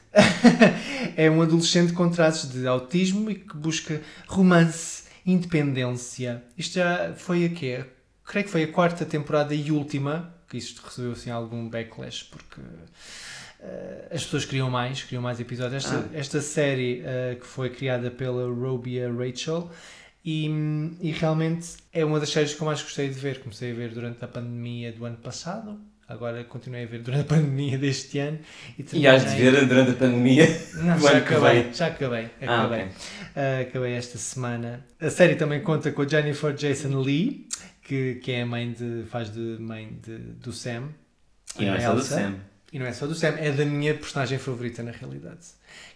Speaker 2: é um adolescente com traços de autismo e que busca romance, independência. Isto já foi a quê? Creio que foi a quarta temporada e última, que isto recebeu assim algum backlash, porque eh, as pessoas queriam mais, queriam mais episódios. Esta, esta série eh, que foi criada pela Robia Rachel e, e realmente é uma das séries que eu mais gostei de ver. Comecei a ver durante a pandemia do ano passado, agora continuei a ver durante a pandemia deste ano.
Speaker 3: E hás de
Speaker 2: terminei-
Speaker 3: ver durante a pandemia.
Speaker 2: não,
Speaker 3: o
Speaker 2: já
Speaker 3: ano que
Speaker 2: acabei,
Speaker 3: vem.
Speaker 2: já acabei,
Speaker 3: Ah,
Speaker 2: acabei.
Speaker 3: ok.
Speaker 2: Ah, acabei esta semana. A série também conta com a Jennifer Jason Lee, que, que é a mãe de. faz de mãe de, do Sam.
Speaker 3: E não é
Speaker 2: da
Speaker 3: só do
Speaker 2: Elsa.
Speaker 3: Sam.
Speaker 2: E não é só do Sam, é da minha personagem favorita na realidade.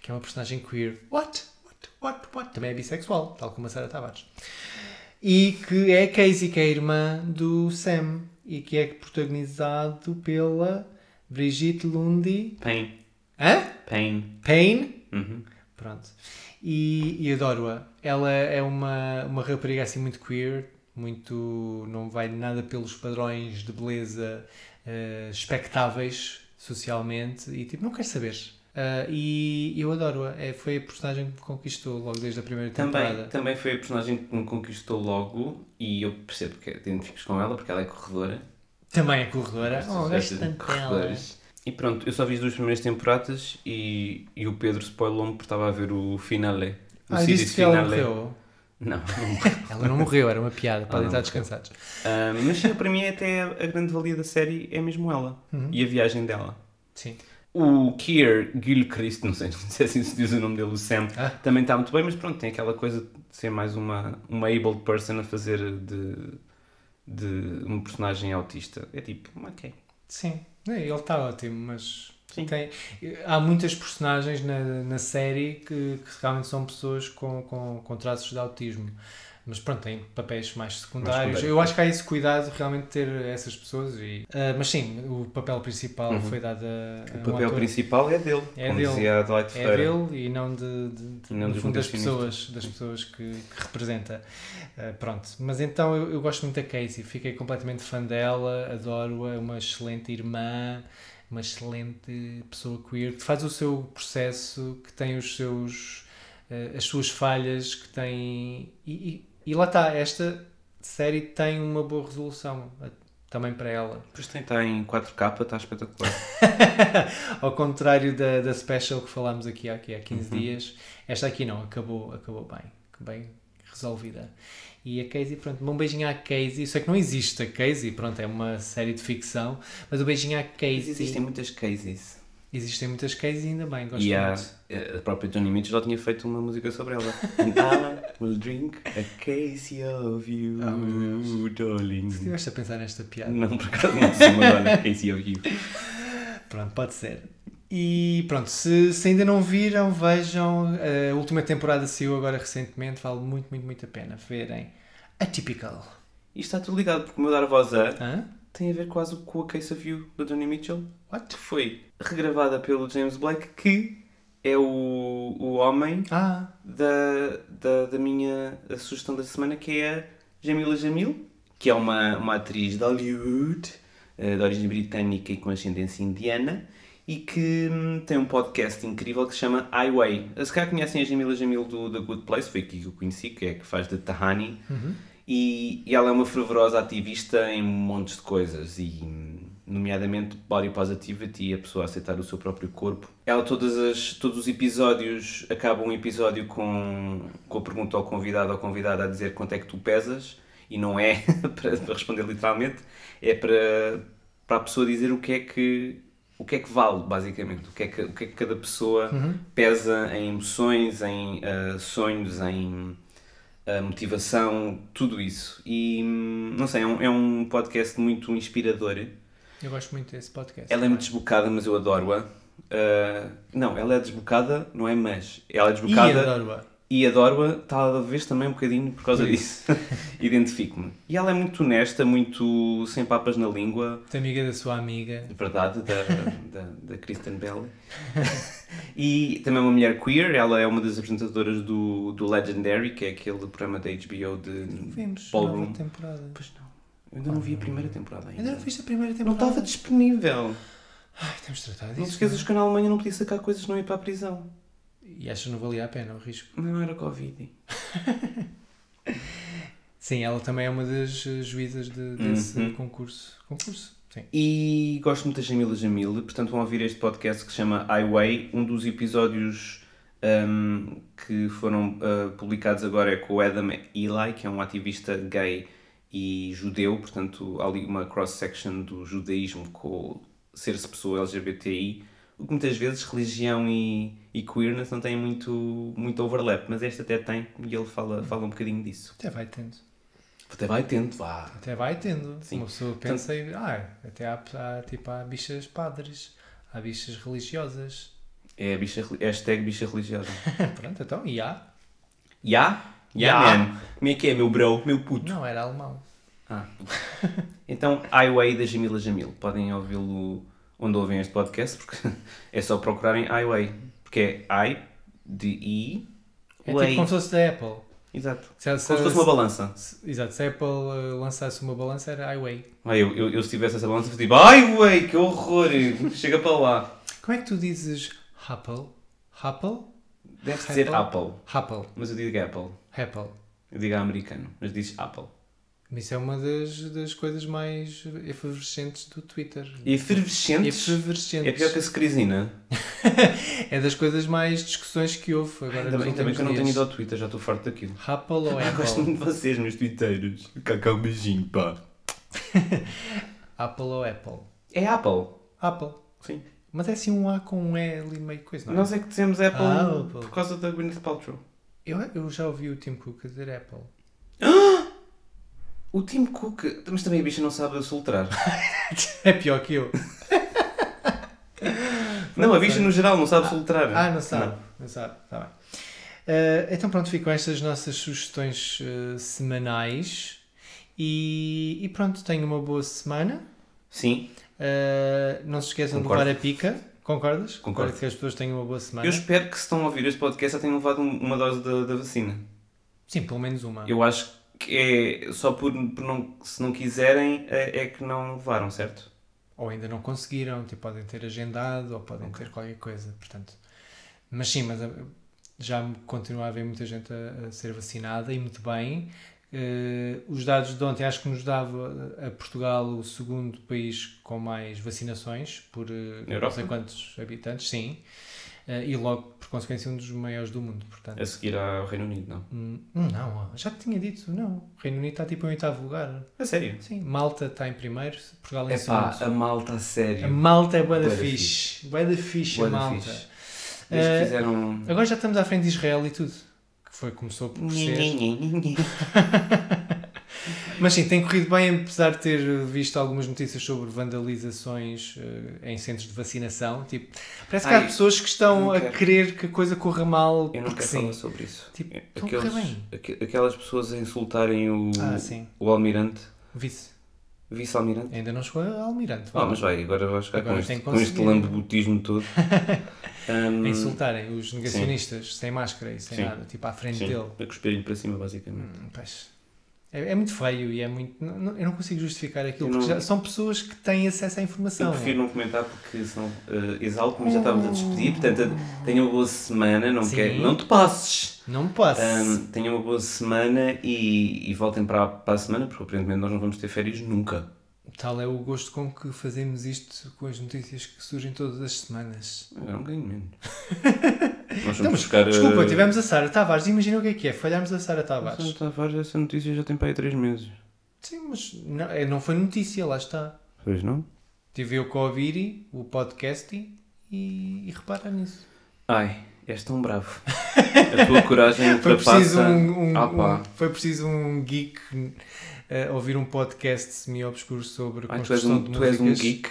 Speaker 2: Que é uma personagem queer. What? What? What? What? Também é bissexual, tal como a Sara Tavares. E que é a Casey, que é a irmã do Sam. E que é protagonizado pela Brigitte Lundi.
Speaker 3: Pain.
Speaker 2: Hã?
Speaker 3: Pain.
Speaker 2: Payne?
Speaker 3: Uhum.
Speaker 2: É? Pronto. E, e adoro-a. Ela é uma, uma rapariga assim muito queer, muito. não vai nada pelos padrões de beleza eh, expectáveis socialmente e tipo, não quer saber. Ah, e eu adoro-a. É, foi a personagem que me conquistou logo desde a primeira temporada.
Speaker 3: Também, também foi a personagem que me conquistou logo e eu percebo que te identificas com ela porque ela é corredora.
Speaker 2: Também é corredora.
Speaker 3: Estas
Speaker 2: Oh,
Speaker 3: festas
Speaker 2: gosto
Speaker 3: de
Speaker 2: tanto dela.
Speaker 3: corredores. E pronto, eu só vi as duas primeiras temporadas e, e o Pedro spoilou-me porque estava a ver o finale. O
Speaker 2: Ah,
Speaker 3: series
Speaker 2: disse que ela morreu.
Speaker 3: Não.
Speaker 2: Ela não morreu, era uma piada. Podem estar
Speaker 3: não morreu.
Speaker 2: descansados.
Speaker 3: Ah, é
Speaker 2: Uhum.
Speaker 3: mas sim, para mim até a grande valia da série é mesmo ela e a viagem dela.
Speaker 2: Sim.
Speaker 3: O Kier Gilchrist, não sei não sei se se diz o nome dele, o Sam,
Speaker 2: Ah.
Speaker 3: também está muito bem, mas pronto, tem aquela coisa de ser mais uma, uma able person a fazer de, de um personagem autista. É tipo, ok.
Speaker 2: Sim, é, ele está ótimo, mas
Speaker 3: Sim.
Speaker 2: tem- há muitas personagens na, na série que, que realmente são pessoas com, com, com traços de autismo. Mas pronto, têm papéis mais secundários.
Speaker 3: secundários,
Speaker 2: Eu acho que há esse cuidado realmente de ter essas pessoas. E, ah, mas sim, o papel principal foi dado a, a
Speaker 3: Uhum. O
Speaker 2: um
Speaker 3: papel
Speaker 2: ator.
Speaker 3: principal é dele,
Speaker 2: É
Speaker 3: como
Speaker 2: dele.
Speaker 3: dizia a
Speaker 2: É
Speaker 3: Adelaide Ferreira.
Speaker 2: dele e não de, de- de-
Speaker 3: E não
Speaker 2: no
Speaker 3: dos
Speaker 2: fundo das
Speaker 3: negacionistas.
Speaker 2: pessoas, das pessoas que, que representa. Ah, pronto, mas então eu, eu gosto muito da Casey, fiquei completamente fã dela, adoro-a, é uma excelente irmã, uma excelente pessoa queer que faz o seu processo, que tem os seus ah, as suas falhas, que tem e, e- e lá está, esta série tem uma boa resolução ah, também para ela.
Speaker 3: Depois tem, está em 4K, está espetacular.
Speaker 2: Ao contrário da, da special que falámos aqui, há- aqui há 15 dias, esta aqui não, acabou, acabou bem, bem resolvida. E a Casey, pronto, um beijinho à Casey, isso é que não existe a Casey, pronto, é uma série de ficção, mas o beijinho à Casey.
Speaker 3: Existem muitas cases.
Speaker 2: Existem muitas Casey ainda bem, gosto
Speaker 3: E a,
Speaker 2: muito.
Speaker 3: a própria Johnny Mitchell já tinha feito uma música sobre ela. And I will drink a case of you, darling.
Speaker 2: Estiveste a pensar nesta piada?
Speaker 3: Não, por acaso não sei, mas olha, case of you.
Speaker 2: Pronto, pode ser. E pronto, se, se ainda não viram, vejam. eh, A última temporada saiu agora recentemente, vale muito, muito, muito a pena verem. Atypical.
Speaker 3: Isto está tudo ligado, porque mudar a voz é a
Speaker 2: Hã?
Speaker 3: tem a ver quase com a Case of You do Johnny Mitchell,
Speaker 2: What?
Speaker 3: que foi regravada pelo James Blake, que é o, o homem
Speaker 2: Ah,
Speaker 3: da, da, da minha sugestão da semana, que é a Jamila Jamil, que é uma, uma atriz de Hollywood, eh, de origem britânica e com ascendência indiana, e que hum, tem um podcast incrível que se chama Highway. Se calhar conhecem a Jamila Jamil do The Good Place, foi aqui que eu conheci, que é a que faz de Tahani, e, e ela é uma fervorosa ativista em montes de coisas, e hum, nomeadamente body positivity, a pessoa aceitar o seu próprio corpo. Ela, todas as, todos os episódios, acaba um episódio com, com a pergunta ao convidado ou convidada a dizer quanto é que tu pesas, e não é para, para responder literalmente, é para, para a pessoa dizer o que é que o que é que vale, basicamente, o que é que, o que, é que cada pessoa pesa em emoções, em ah, sonhos, em a motivação, tudo isso. E hum, não sei, é um, é um podcast muito inspirador.
Speaker 2: eu gosto muito desse podcast.
Speaker 3: Ela é muito desbocada, mas eu adoro-a. Ah, não, ela é desbocada, não é mas. Ela é
Speaker 2: E
Speaker 3: desbocada
Speaker 2: adoro-a.
Speaker 3: e adoro-a, talvez também um bocadinho por causa disso. Identifico-me. E ela é muito honesta, muito sem papas na língua.
Speaker 2: Da amiga da sua amiga.
Speaker 3: De verdade, da, da, da Kristen Bell. e também uma mulher queer, ela é uma das apresentadoras do, do Legendary, que é aquele programa da HBO de
Speaker 2: Vimos
Speaker 3: Ballroom.
Speaker 2: nova temporada.
Speaker 3: Pois não, eu ainda não vi a primeira temporada ainda.
Speaker 2: Ainda não viste a primeira
Speaker 3: Não
Speaker 2: temporada?
Speaker 3: estava disponível.
Speaker 2: Ai, temos tratado
Speaker 3: Não te
Speaker 2: disso.
Speaker 3: esqueças que na Alemanha não podia sacar coisas não ir para a prisão.
Speaker 2: E achas que não valia a pena o risco?
Speaker 3: Não era Covid.
Speaker 2: Sim, ela também é uma das eh, juízas de- desse
Speaker 3: Uhum.
Speaker 2: concurso. Concurso? Sim.
Speaker 3: E gosto muito da Jamila Jamil, portanto vão ouvir este podcast que se chama Highway. Um dos episódios hum, que foram ah, publicados agora é com o Adam Eli, que é um ativista gay e judeu, portanto há ali uma cross-section do judaísmo com o ser-se pessoa LGBTI, o que muitas vezes religião e, e queerness não têm muito, muito overlap, mas este até tem e ele fala, fala um bocadinho disso.
Speaker 2: Até vai tendo.
Speaker 3: Até vai tendo, vá.
Speaker 2: Até vai tendo.
Speaker 3: Sim.
Speaker 2: Uma pessoa pensa e. Ah, até há, há, tipo, há bichas padres, há bichas religiosas.
Speaker 3: É a bicha, reli- hashtag bicha religiosa.
Speaker 2: Pronto, então, e há.
Speaker 3: Ya? Ya,
Speaker 2: Ya.
Speaker 3: man. Como é que é, meu bro, meu puto?
Speaker 2: Não, era alemão.
Speaker 3: Ah. Então, Highway da Jamila Jamil. Podem ouvi-lo onde ouvem este podcast, porque é só procurarem Highway. Porque é I, de I,
Speaker 2: É
Speaker 3: Way.
Speaker 2: tipo como se fosse da Apple.
Speaker 3: Exato.
Speaker 2: Se, se,
Speaker 3: Como se fosse uma balança.
Speaker 2: se- Exato, se a Apple eh, lançasse uma balança era Highway.
Speaker 3: Ai, eu, eu, eu se tivesse essa balança, eu tipo, Highway, que horror! Chega para lá.
Speaker 2: Como é que tu dizes Apple? Apple?
Speaker 3: Deve ser Apple.
Speaker 2: Apple.
Speaker 3: Mas eu digo Apple.
Speaker 2: Apple.
Speaker 3: Eu digo americano, mas diz Apple.
Speaker 2: Isso é uma das, das coisas mais efervescentes do Twitter.
Speaker 3: E efervescentes. É pior que
Speaker 2: Efervescentes.
Speaker 3: a secrisina.
Speaker 2: É das coisas mais discussões que houve agora
Speaker 3: Ainda
Speaker 2: nos
Speaker 3: bem, ainda bem
Speaker 2: últimos
Speaker 3: que eu não tenho
Speaker 2: dias.
Speaker 3: ido ao Twitter, já estou farto daquilo.
Speaker 2: Apple ou
Speaker 3: Eu gosto
Speaker 2: Apple?
Speaker 3: muito de vocês, meus twitteiros. Cacá, um beijinho, pá.
Speaker 2: Apple ou Apple?
Speaker 3: É Apple.
Speaker 2: Apple.
Speaker 3: Sim.
Speaker 2: Mas é assim um A com um E ali meio coisa, não é?
Speaker 5: Nós é que dizemos Apple,
Speaker 2: Ah, Apple.
Speaker 5: por causa da Gwyneth Paltrow.
Speaker 2: Eu, eu já ouvi o Tim Cook a dizer Apple.
Speaker 5: O Tim Cook,
Speaker 3: Mas também a bicha não sabe soltrar.
Speaker 2: É pior que eu.
Speaker 3: Não, a bicha no geral não sabe soltrar.
Speaker 2: é. Ah, não sabe. Não, sabe. Tá bem. Eh, então pronto, ficam estas nossas sugestões eh, semanais. E, e pronto, tenham uma boa semana.
Speaker 3: Sim,
Speaker 2: Eh, não se esqueçam
Speaker 3: Concordo.
Speaker 2: de levar a pica. Concordas?
Speaker 3: Concordo.
Speaker 2: que as pessoas tenham uma boa semana.
Speaker 3: eu espero que se estão a ouvir este podcast já tenham levado um- uma dose da, da vacina.
Speaker 2: Sim, pelo menos uma.
Speaker 3: Eu acho que é só por, por não, se não quiserem é, é que não levaram, certo?
Speaker 2: Ou ainda não conseguiram, tipo, podem ter agendado ou podem ter qualquer coisa. Portanto, mas sim, mas eh, já continua a haver muita gente a, a ser vacinada e muito bem. Eh, os dados de ontem acho que nos dava a Portugal o segundo país com mais vacinações por eh, não
Speaker 3: Europa?
Speaker 2: sei quantos habitantes, sim. Eh, e logo, por consequência, um dos maiores do mundo. Portanto,
Speaker 3: A seguir ao Reino Unido, não.
Speaker 2: Hum, não, já te tinha dito, não. O Reino Unido está tipo em oitavo lugar.
Speaker 3: A sério?
Speaker 2: Sim, Malta está em primeiro, Portugal em
Speaker 3: É
Speaker 2: segundo.
Speaker 3: pá, a malta a
Speaker 2: A
Speaker 3: sério.
Speaker 2: malta é bué da
Speaker 3: Bué da
Speaker 2: fixe. Bué da fixe
Speaker 3: Bué
Speaker 2: a
Speaker 3: da
Speaker 2: malta.
Speaker 3: fixe. Desde
Speaker 2: Eh,
Speaker 3: que fizeram.
Speaker 2: Agora já estamos à frente de Israel e tudo. Que foi, começou por ser... Mas sim, tem corrido bem, apesar de ter visto algumas notícias sobre vandalizações eh, em centros de vacinação. Tipo, parece que
Speaker 3: Ai,
Speaker 2: há pessoas que estão
Speaker 3: não
Speaker 2: a
Speaker 3: quero.
Speaker 2: querer que a coisa corra mal
Speaker 3: Eu não
Speaker 2: porque
Speaker 3: quero
Speaker 2: sim.
Speaker 3: falar sobre isso. É,
Speaker 2: Tipo, estão a correr
Speaker 3: Aqueles,
Speaker 2: bem.
Speaker 3: aque- aquelas pessoas a insultarem o,
Speaker 2: Ah, sim.
Speaker 3: o almirante,
Speaker 2: Vice.
Speaker 3: vice-almirante.
Speaker 2: Ainda não chegou a almirante.
Speaker 3: Ah, mas vai, agora vais ficar
Speaker 2: Agora
Speaker 3: com
Speaker 2: tem
Speaker 3: este,
Speaker 2: que
Speaker 3: com este
Speaker 2: conseguir.
Speaker 3: lambebutismo todo.
Speaker 2: A
Speaker 3: Ahm,
Speaker 2: insultarem os negacionistas sem máscara e sem
Speaker 3: hum, Sim.
Speaker 2: nada, tipo à frente
Speaker 3: sim,
Speaker 2: dele.
Speaker 3: a cuspir-lhe para cima, basicamente.
Speaker 2: Pois. É, é muito feio e é muito. não- não- eu não consigo justificar aquilo,
Speaker 3: Eu
Speaker 2: porque
Speaker 3: não-
Speaker 2: já são pessoas que têm acesso à informação.
Speaker 3: Eu prefiro não comentar porque senão eh, exalto-me e já estávamos a despedir. Portanto, tenha uma boa semana, não,
Speaker 2: Sim.
Speaker 3: quer, não te passes.
Speaker 2: Não posso.
Speaker 3: Ahm, tenham uma boa semana e, e voltem para, a- para a semana, porque aparentemente nós não vamos ter férias nunca.
Speaker 2: Tal é o gosto com que fazemos isto com as notícias que surgem todas as semanas.
Speaker 3: Agora um bocadinho menos. Nós vamos
Speaker 2: Então, mas-
Speaker 3: buscar.
Speaker 2: Desculpa,
Speaker 3: eh,
Speaker 2: tivemos a Sara Tavares, imagina o que é que é, falharmos a Sara
Speaker 3: a Sara
Speaker 2: Tavares.
Speaker 3: Tavares, essa notícia já tem para aí 3 meses.
Speaker 2: Sim, mas não, é, não foi notícia, lá está.
Speaker 3: Pois não?
Speaker 2: Tive eu com a ouvir o podcast e, e repara nisso.
Speaker 3: Ai, és tão bravo. A tua coragem
Speaker 2: Foi preciso
Speaker 3: ultrapassa.
Speaker 2: um, um-
Speaker 3: Ah, pá.
Speaker 2: um- foi preciso um geek eh, ouvir um podcast semi-obscuro sobre
Speaker 3: Ai, tu és,
Speaker 2: construção
Speaker 3: um,
Speaker 2: de
Speaker 3: tu és um
Speaker 2: músicas.
Speaker 3: geek.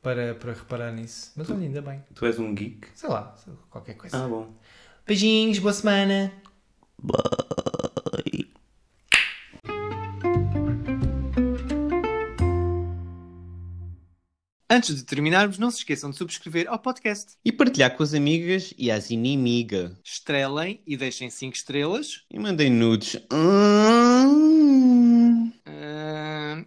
Speaker 2: para, para reparar nisso. Mas olha, ainda bem.
Speaker 3: Tu és um geek.
Speaker 2: Sei lá, sei lá, qualquer coisa.
Speaker 3: Ah, bom.
Speaker 2: Beijinhos, boa semana. Antes de terminarmos, não se esqueçam de subscrever ao podcast.
Speaker 6: e partilhar com as amigas e as inimigas.
Speaker 2: Estrelem e deixem 5 estrelas.
Speaker 6: E mandem nudes. Hum.
Speaker 2: Ah,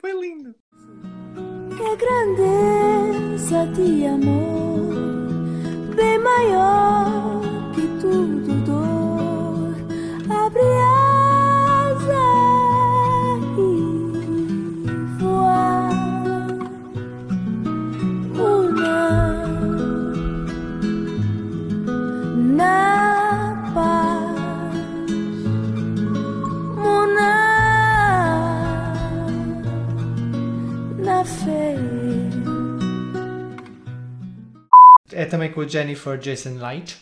Speaker 2: Foi lindo!
Speaker 7: Que grandeza de amor, bem maior que tudo dor. Abre asa e voar. Una na paz, una na fé.
Speaker 2: É também com a Jennifer Jason Light.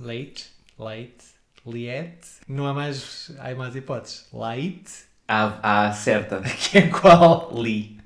Speaker 2: Light, Light, Liet. Não há mais, há mais hipóteses. Light,
Speaker 3: Ah, ah, certa.
Speaker 2: que é qual?
Speaker 3: Li.